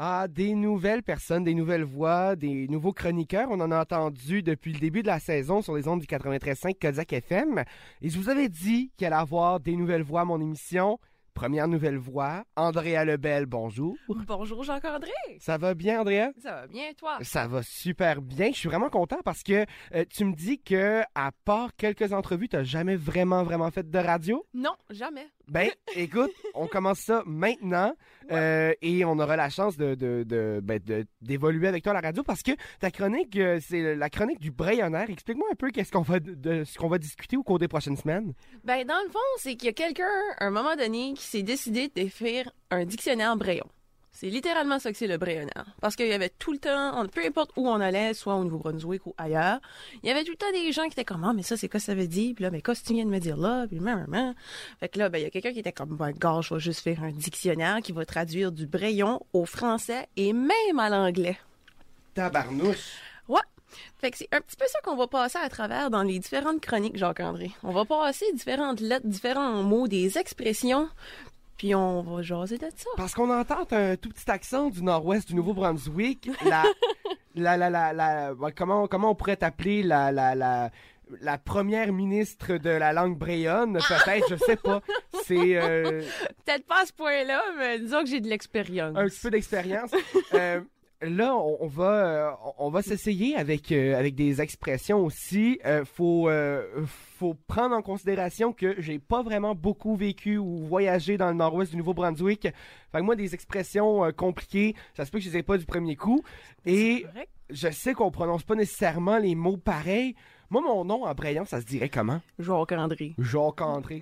Ah, des nouvelles personnes, des nouvelles voix, des nouveaux chroniqueurs. On en a entendu depuis le début de la saison sur les ondes du 93.5 Kodak FM. Et je vous avais dit qu'il allait avoir des nouvelles voix à mon émission. Première nouvelle voix, Andrea Lebel, bonjour. Euh, Bonjour Jean-Cordré. Ça va bien, Andrea? Ça va bien, toi? Ça va super bien. Je suis vraiment content parce que euh, tu me dis que, à part quelques entrevues, t'as jamais vraiment, vraiment fait de radio. Non, jamais. Ben, écoute, on commence ça maintenant euh, et on aura la chance de, de, de, ben, de- d'évoluer avec toi à la radio parce que ta chronique, euh, c'est la chronique du Brayonnaire. Explique-moi un peu qu'est-ce qu'on va, de- de ce qu'on va discuter au cours des prochaines semaines. Ben, dans le fond, c'est qu'il y a quelqu'un, à un moment donné, qui s'est décidé d'écrire un dictionnaire Brayon. C'est littéralement ça que c'est le Brayonnaire. Parce qu'il y avait tout le temps, on- peu importe où on allait, soit au Nouveau-Brunswick ou ailleurs, il y avait tout le temps des gens qui étaient comme, ah, mais ça, c'est quoi ça veut dire? Puis là, mais qu'est-ce que tu viens de me dire là? Puis là, Fait que là, ben, il y a quelqu'un qui était comme, ben, gars, je vais juste faire un dictionnaire qui va traduire du Brayon au français et même à l'anglais. Tabarnouche. Ouais. Fait que c'est un petit peu ça qu'on va passer à travers dans les différentes chroniques, Jacques-André. On va passer différentes lettres, différents mots, des expressions, puis on va jaser de ça. Parce qu'on entend un tout petit accent du nord-ouest du Nouveau-Brunswick. La, la, la, la, la- ouais, comment, comment on pourrait t'appeler la, la, la, la première ministre de la langue brayonne, peut-être, je sais pas. C'est, euh, Peut-être pas à ce point-là, mais disons que j'ai de l'expérience. un petit peu d'expérience. Euh, là, on, on va, euh, on- on va s'essayer avec euh, avec des expressions aussi. Euh, faut euh, faut prendre en considération que j'ai pas vraiment beaucoup vécu ou voyagé dans le nord-ouest du Nouveau-Brunswick. Fait que moi, des expressions euh, compliquées, ça se peut que je les ai pas du premier coup. Et Correct. je sais qu'on prononce pas nécessairement les mots pareils. Moi, mon nom en braillant, ça se dirait comment? Jacques-André. Jacques-André.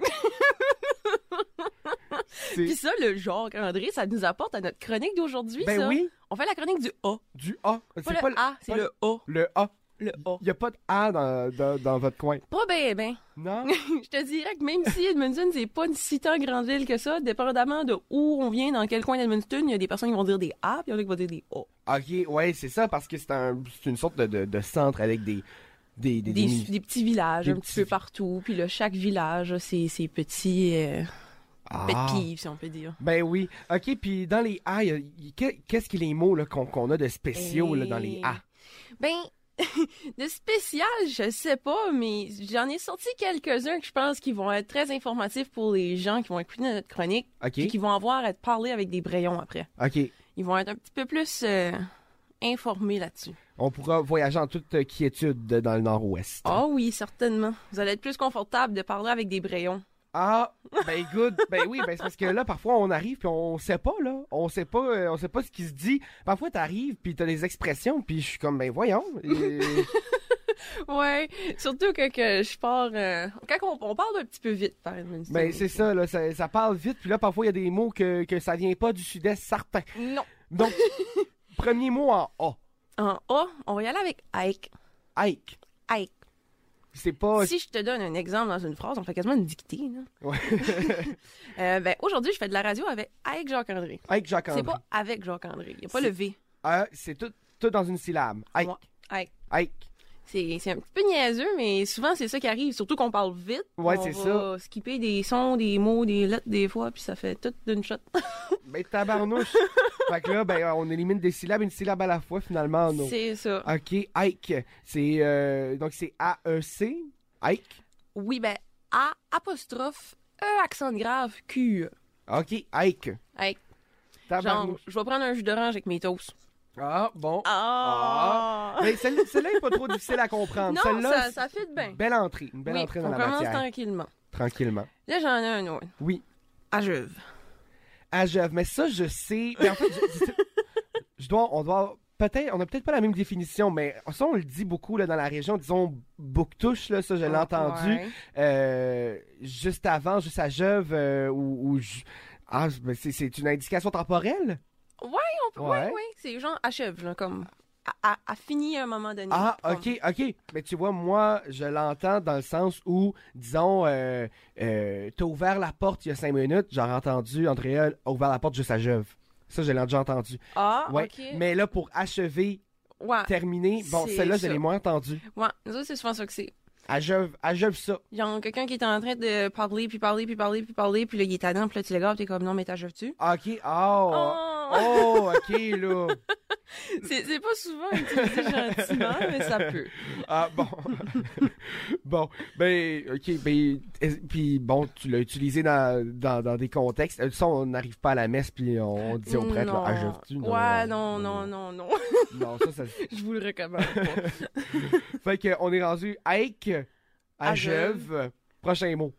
C'est- Puis ça, le Jacques-André, ça nous apporte à notre chronique d'aujourd'hui, Ben ça. oui. On fait la chronique du A. Du A. Pas le A, c'est pas le A. Le A. Le A. Il n'y a pas de A dans, dans, dans votre coin. Pas ben, ben. Non? Je te dirais que même si Edmonton, c'est pas une si tant grande ville que ça, dépendamment de où on vient, dans quel coin d'Edmonton, il y a des personnes qui vont dire des A, puis il y en a qui vont dire des A. ok, ouais, c'est ça, parce que c'est un, c'est une sorte de, de, de centre avec des. Des, des, des, des- des petits villages des un petits petit peu vi- partout. Puis là, chaque village, c'est ses petits euh, Ah. pet peeves, si on peut dire. Ben oui. Ok, puis dans les A, il y a- il- que- qu'est-ce qu'il y a les mots là, qu'on qu'on a de spéciaux là, dans les A? Ben, de spécial, je sais pas, mais j'en ai sorti quelques-uns que je pense qui vont être très informatifs pour les gens qui vont écouter notre chronique Ok. et qui vont avoir à être parlés avec des brayons après. Ok. Ils vont être un petit peu plus euh, informés là-dessus. On pourra voyager en toute euh, quiétude dans le nord-ouest. Ah oui, certainement. Vous allez être plus confortable de parler avec des brayons. Ah, ben good, ben oui, ben c'est parce que là parfois on arrive puis on sait pas là, on sait pas, euh, on sait pas ce qui se dit. Parfois t'arrives puis t'as des expressions puis je suis comme ben voyons. euh, Ouais, surtout que, que je pars... euh, quand on, on parle un petit peu vite, par exemple. Ben c'est ça là, ça, ça parle vite puis là parfois il y a des mots que que ça vient pas du sud-est certain. Non. Donc premier mot en A, En A, on va y aller avec Ike. Ike. Ike. C'est pas Si je te donne un exemple dans une phrase, on fait quasiment une dictée. Là. Oh, Ouais. Euh, ben, aujourd'hui, je fais de la radio avec Ike Jacques-André. Ike Jacques C'est André. pas avec Jacques-André. Il n'y a pas C'est- le V. Ah, c'est tout tout dans une syllabe. Ike, Ouais, Ike. Ike. C'est, c'est un petit peu niaiseux, mais souvent, c'est ça qui arrive. Surtout qu'on parle vite. Ouais, on c'est va skipper des sons, des mots, des lettres, des fois, puis ça fait tout d'une shot. Ben tabarnouche. fait que là ben on élimine des syllabes une syllabe à la fois finalement. non. c'est ça. Ok, Ike. C'est euh, donc c'est A E C. Ike. Oui, ben, A, apostrophe, E, accent de grave, Q. Ok, Ike. Ike. Genre, Tabarnouche. je vais prendre un jus d'orange avec mes toasts. Ah bon. Ah! Mais celle- celle-là est pas trop difficile à comprendre. Non, Celle-là, ça, ça fit bien. Belle entrée, une belle Ben. Oui, entrée on dans la commence matière. tranquillement. Tranquillement. Là, j'en ai un autre. Oui. Ajeuve. À Jeuve, mais ça, je sais. Mais en fait, je, je- je dois, on doit, peut-être, on a peut-être pas la même définition, mais ça, on le dit beaucoup là dans la région. Disons, bouctouche, là, ça, je l'ai Oh, Ouais. entendu. Euh, juste avant, juste à Jeuve, euh, ou, ou je- ah, mais c'est, c'est une indication temporelle. Ouais, on peut. Ouais. Ouais, ouais. C'est genre achève, là, comme. A, a, a fini à un moment donné. Ah, Comme- ok, ok. Mais tu vois, moi, je l'entends dans le sens où, disons, euh, euh, t'as ouvert la porte il y a cinq minutes, j'aurais entendu Andrea a ouvert la porte juste à Jeuve. Ça, je l'ai déjà entendu. Ah, ouais. ok. Mais là, pour achever, Ouais. terminer, bon, c'est celle-là, je ça. l'ai moins entendue. Ouais, nous autres, c'est souvent ça que c'est. À Jeuve, à Jeuve ça. Genre, quelqu'un qui est en train de parler, puis parler, puis parler, puis parler, puis là, il est tannant, puis là, tu le gardes, t'es comme, non, mais t'achèves-tu? Ah, Ok, oh. Oh, non! Oh, ok, là. C'est c'est pas souvent utilisé gentiment, mais ça peut. Ah, bon. bon, ben, ok, ben, est- puis bon, tu l'as utilisé dans, dans, dans des contextes. Euh, Ça, on n'arrive pas à la messe, puis on dit au prêtre, là, Non. ah, je tue. Ouais, non, non, non, non. Non, ça, ça. Je vous le recommande pas. fait qu'on est rendu Ike à À Geuve. Geuve. Prochain mot.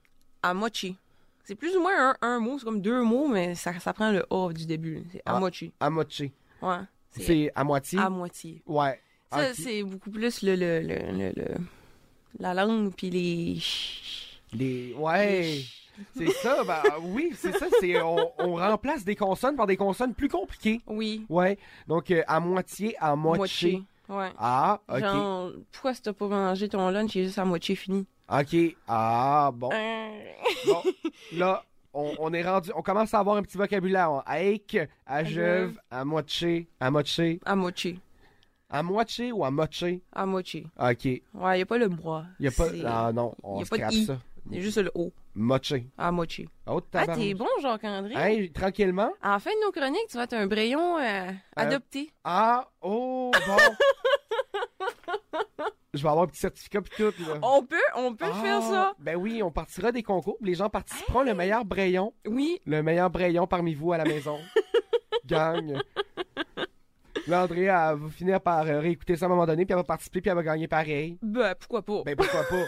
Amochi. C'est plus ou moins un, un mot, c'est comme deux mots, mais ça, ça prend le A du début. C'est Ah. amochi. Amoché. Ouais. C'est C'est Ah, à moitié. à moitié. Ouais. Ça, Ok. c'est beaucoup plus le, le, le, le- le- la langue puis les. ch- Les... les Ouais. ch- C'est ça, bah oui, c'est ça. C'est on, on remplace des consonnes par des consonnes plus compliquées. Oui. Ouais. Donc euh, à moitié, à moitié. Ouais. Ah, ok. Genre, pourquoi si t'as pas mangé ton lunch, il est juste à moitié fini? Ok. Ah bon. Euh, Bon. Là, on, on est rendu. On commence à avoir un petit vocabulaire. hein. Aïk, à jeuve, à moitié, à moitié, à moitié. à moitié ou à moitié. À moitié. Ok. Il Ouais, y a pas le bras. y a pas. C'est Ah non, on y a pas de scrape i. ça. c'est juste le haut. Moitié. À moitié. Oh Ah, t'es tabarnak. bon, Jacques-André. Hey, tranquillement. À la fin de nos chroniques, tu vas être un braillon euh, adopté. Ah, oh, bon. Je vais avoir un petit certificat pis tout, là. On peut, on peut Ah, faire ça. Ben oui, on partira des concours. Les gens participeront. Le meilleur braillon, Oui. le meilleur braillon parmi vous à la maison, gagne. Là, André, elle va finir par euh, réécouter ça à un moment donné, puis elle va participer, puis elle va gagner pareil. Ben, pourquoi pas. Ben pourquoi pas?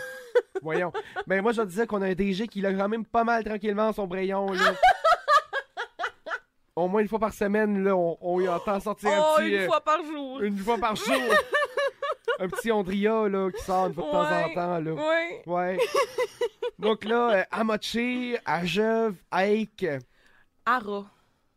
Voyons. Ben moi, je te disais qu'on a un DG qui l'a quand même pas mal tranquillement, son braillon, là. Au moins une fois par semaine, là, on, on y entend sortir un oh, petit... euh, une fois par jour. Une fois par jour. un petit Andria, là, qui sort une fois de Ouais. temps en temps, là. Ouais. Ouais. Donc là, euh, Amochi, Ajeuve, Aik, Ara.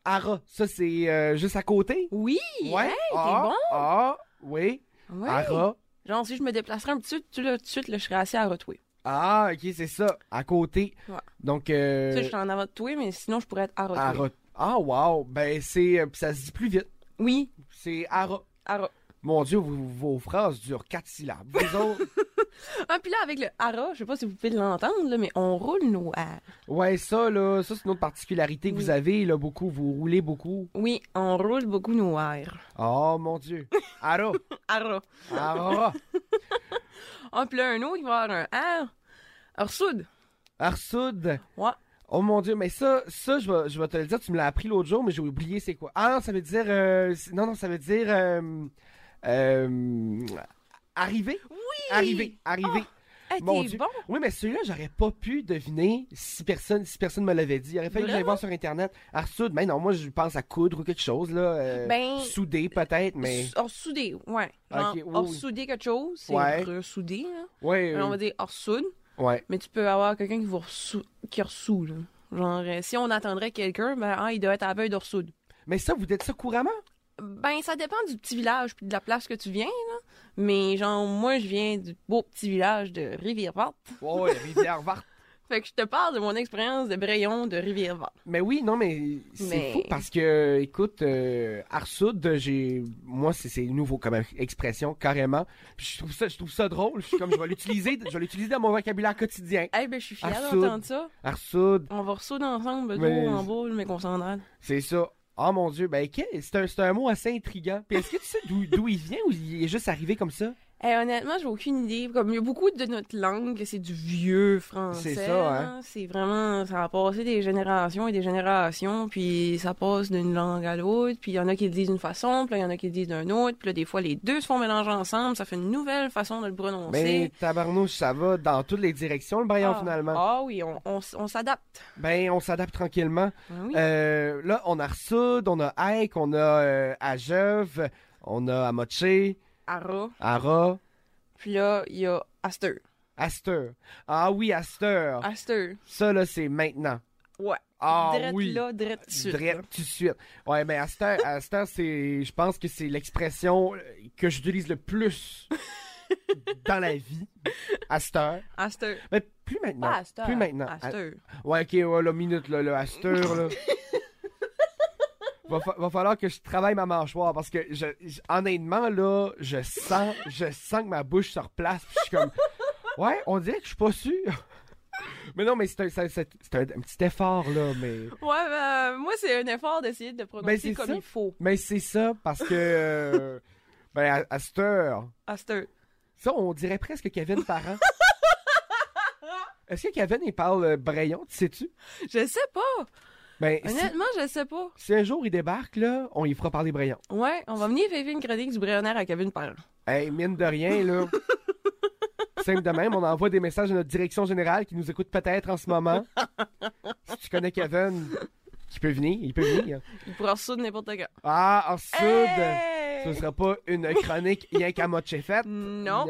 Ara. Ça, c'est euh, juste à côté? Oui. Ouais. hey, t'es ah, bon. ah, oui. Ouais. Ara. là Genre, si je me déplacerais un petit peu, tout là, tout de suite, là, je serais assez à retouer. Ah, ok, c'est ça. À côté. Ouais. Donc, Tu euh, sais, je suis en avant de toi, mais sinon, je pourrais être à retouer. Ara. Ah, wow. Ben, c'est. euh, Ça se dit plus vite. Oui, C'est Ara. ara. Mon Dieu, vous- vos phrases durent quatre syllabes. Vous autres. Ah, puis là, avec le ara, je sais pas si vous pouvez l'entendre, là, mais on roule nos R. Ouais, ça, là, ça, c'est une autre particularité que Oui. vous avez, là, beaucoup. Vous roulez beaucoup. Oui, on roule beaucoup nos R. Oh mon dieu. Ara. Ara. Ara. Ah, puis là, un autre, il va avoir un R. Arsoud. Arsoud. Ouais. Oh mon dieu, mais ça, ça, je vais, je vais te le dire, tu me l'as appris l'autre jour, mais j'ai oublié c'est quoi. Ah non, ça veut dire, euh, c'est- non, non, ça veut dire, euh, euh, arriver. Oui. Arriver, arriver. Hey, Mon t'es Dieu. bon. Oui, mais celui-là, j'aurais pas pu deviner si personne, si personne me l'avait dit. Il aurait fallu que j'aille voir sur Internet. Arsoud, mais non, moi, je pense à coudre ou quelque chose, là. euh, Ben- Souder, peut-être, mais. Hors soudé, ouais. Ok, oui, hors oui. soudé quelque chose, c'est Ouais. ressoudé. là. Ouais, Alors, on euh, va dire hors soude, ouais. mais tu peux avoir quelqu'un qui vous ressou- qui ressoud, là. Genre, euh, si on attendrait quelqu'un, ben, ah, il doit être à la veille d'hors soude. Mais ça, vous dites ça couramment? Ben, ça dépend du petit village puis de la place que tu viens, là. Mais, genre, moi, je viens du beau petit village de Rivière-Verte. Ouais, rivière verte. Fait que je te parle de mon expérience de Brayon de Rivière-Verte. Mais oui, non, mais c'est Mais- fou parce que, écoute, euh, Arsoud, j'ai, moi, c'est, c'est nouveau comme expression, carrément. Puis je trouve ça, je trouve ça drôle. Je suis comme, je vais l'utiliser, je vais l'utiliser dans mon vocabulaire quotidien. Eh ben, je suis fière Arsoud. d'entendre ça. Arsoud, On va ressouder ensemble, Mais- mais... en boule, mais qu'on s'en aide. c'est ça. Oh mon dieu, ben, quel- c'est un, c'est un mot assez intriguant. Puis est-ce que tu sais d'où, d'où il vient ou il est juste arrivé comme ça? Eh, honnêtement, j'ai aucune idée. Comme il y a beaucoup de notre langue, que c'est du vieux français. C'est ça, hein. là. C'est vraiment, ça a passé des générations et des générations, puis ça passe d'une langue à l'autre, puis il y en a qui le disent d'une façon, puis là, il y en a qui le disent d'une autre, puis là, des fois, les deux se font mélanger ensemble, ça fait une nouvelle façon de le Mais prononcer. Ben, tabarnouche, ça va dans toutes les directions, le braillon, ah, finalement. Ah oui, on, on, s- on s'adapte. Ben, on s'adapte tranquillement. Ah oui. Euh, là, on a Arsoud, on a Aik, on a euh, Ajeuve, on a Amoché, Ara. Ara, Puis là, il y a Aster. Aster. Ah oui, Aster. Aster. Ça, là, c'est maintenant. Ouais. Ah drette oui. là, drette dessus. Direct, tout de suite. Ouais, mais Aster, Aster c'est, je pense que c'est l'expression euh, que j'utilise le plus dans la vie. Aster. Aster. Mais plus maintenant. Pas Ah, Aster. Plus maintenant. Aster. Ouais, ok, ouais, la minute, là, le Aster, là. Va, fa- va falloir que je travaille ma mâchoire parce que je, je- honnêtement là, je sens, je sens que ma bouche se replace. puis je suis comme, ouais, on dirait que je suis pas sûr. Mais non, mais c'est un, ça- ça- c'est un- un petit effort, là, mais... Ouais, ben, moi, c'est un effort d'essayer de prononcer Ah. Ben, c'est comme ça. il faut. Mais c'est ça, parce que... euh, ben, à, à cette heure... À cette heure. Ça, on dirait presque Kevin Parent. Est-ce que Kevin, il parle euh, Brayon, tu sais-tu? Je sais pas. Ben, si, Honnêtement, je sais pas. si un jour il débarque, là, on y fera parler Brayon. Ouais, on va venir faire une chronique du Bréonnaire à Kevin Parent. Hey, mine de rien, là. Simple de même, on envoie des messages à notre direction générale qui nous écoute peut-être en ce moment. si tu connais Kevin, qui peut venir, il peut venir. Il pourra ressoudre n'importe quand. Ah, en sud, Hey! ce sera pas une chronique rien qu'à moitié faite. Non,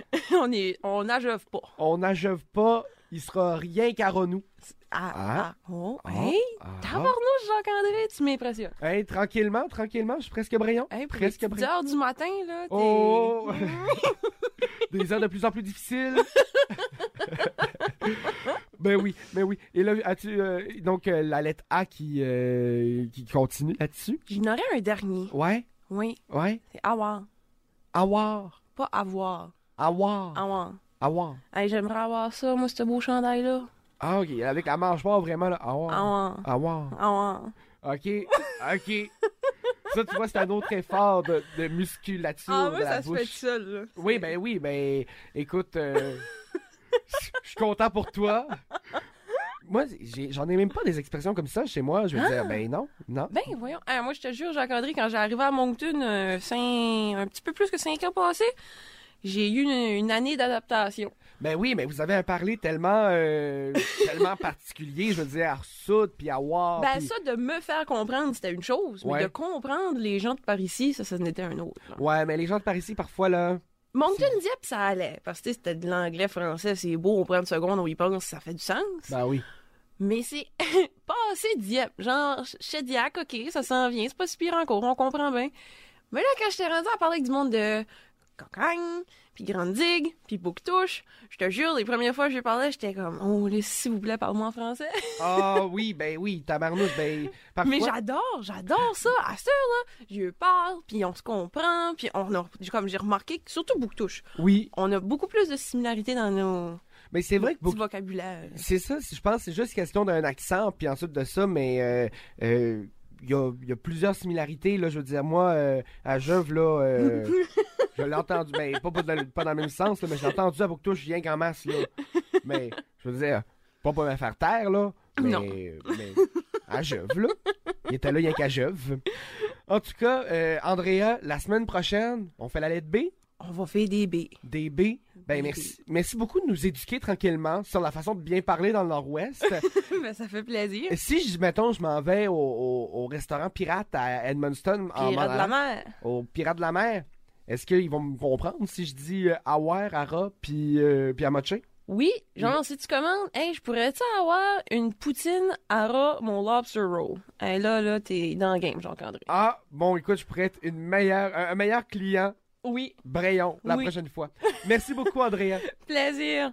on est, on n'achève pas. On n'achève pas, il sera rien qu'à Renou. Ah, Ah. ah, oh, Ah, hey, ah. tabarnouche, Jacques-André, tu m'impressionnes. Hey, tranquillement, tranquillement, je suis presque Brayon. Hey, pour Presque les brillant. 10 heures du matin, là, t'es... Oh! Des heures de plus en plus difficiles. ben oui, ben oui. Et là, as-tu euh, donc euh, la lettre A qui, euh, qui continue là-dessus? J'en aurais un dernier. Ouais, Oui, ouais. c'est avoir, Awar, pas avoir, awar, avoir. awar. Hey, j'aimerais avoir ça, moi, ce beau chandail-là. Ah, ok, avec la mâchoire vraiment là. Awar, awar. Avoir, avoir. Ok, ok. Ça, tu vois, c'est un autre effort de, de musculature Ah, de moi, la ça se bouche. fait tout seul, là. Oui, ben oui, ben écoute, euh, je je suis content pour toi. Moi, j'ai- j'en ai, même pas des expressions comme ça chez moi. Je vais Ah! dire, ben non, non. Ben, voyons. Hey, moi, je te jure, Jacques-André, quand j'ai arrivé à Moncton, euh, cinq- un petit peu plus que cinq ans passés, j'ai eu une, une année d'adaptation. Ben oui, mais vous avez un parler tellement, euh, tellement particulier. Je veux dire, arsoud, puis awar. ben, Ah, puis- ça, de me faire comprendre, c'était une chose, mais Ouais. de comprendre les gens de par ici, ça, ça n'était un autre. là. Ouais, mais les gens de par ici, parfois, là. Moncton Dieppe, ça allait, parce que tu sais, c'était de l'anglais, français, c'est beau, on prend une seconde, on y pense, ça fait du sens. Ben oui. Mais c'est pas assez Dieppe. Genre, chez Diac, ah, OK, ça s'en vient, c'est pas si pire encore, on comprend bien. Mais là, quand j'étais rendu à parler avec du monde de Cocagne, puis Grande Digue, puis Bouctouche, je te jure, les premières fois que je parlais, j'étais comme, oh, là, s'il vous plaît, parle-moi en français. Ah oui, ben oui, tabarnouche, ben. Parfois, Mais j'adore, j'adore ça. À ce là je parle, puis on se comprend, puis on a, comme j'ai remarqué, surtout Bouctouche, Oui, on a beaucoup plus de similarités dans nos mais c'est vrai que petits beaucoup. vocabulaires. C'est ça, c'est- je pense que c'est juste question d'un accent, puis ensuite de ça, mais euh, euh, il y, a, il y a plusieurs similarités, là, je veux dire, moi, euh, à Jeuve, là, euh, je l'ai entendu, ben, pas, pas, dans le- pas dans le même sens, là, mais j'ai entendu à Bouctouche, rien qu'en masse, là, mais, je veux dire, pas pour me faire taire, là, mais, Non. mais à Jeuve, là, il était là, rien qu'à Jeuve. En tout cas, euh, Andrea, la semaine prochaine, on fait la lettre B, On va faire des baies. DB, ben DB. merci, merci beaucoup de nous éduquer tranquillement sur la façon de bien parler dans le Nord-Ouest. Ben, ça fait plaisir. Et Si, je, mettons, je m'en vais au, au- au restaurant pirate à Edmundston, en Puis, il y m'en aura euh, de la allant, mer. au Pirate de la mer, est-ce qu'ils vont me comprendre si je dis euh, Aware, Ara, puis euh, puis Amoché? Oui, genre, si tu commandes, hey, je pourrais-tu avoir une poutine à ras, mon lobster roll? Hey, là, là, t'es dans le game, Jean-André. Ah, bon, écoute, je pourrais être une meilleure, un, un meilleur client, Oui, Brayon, la Oui. prochaine fois. Merci beaucoup, Andrea. plaisir.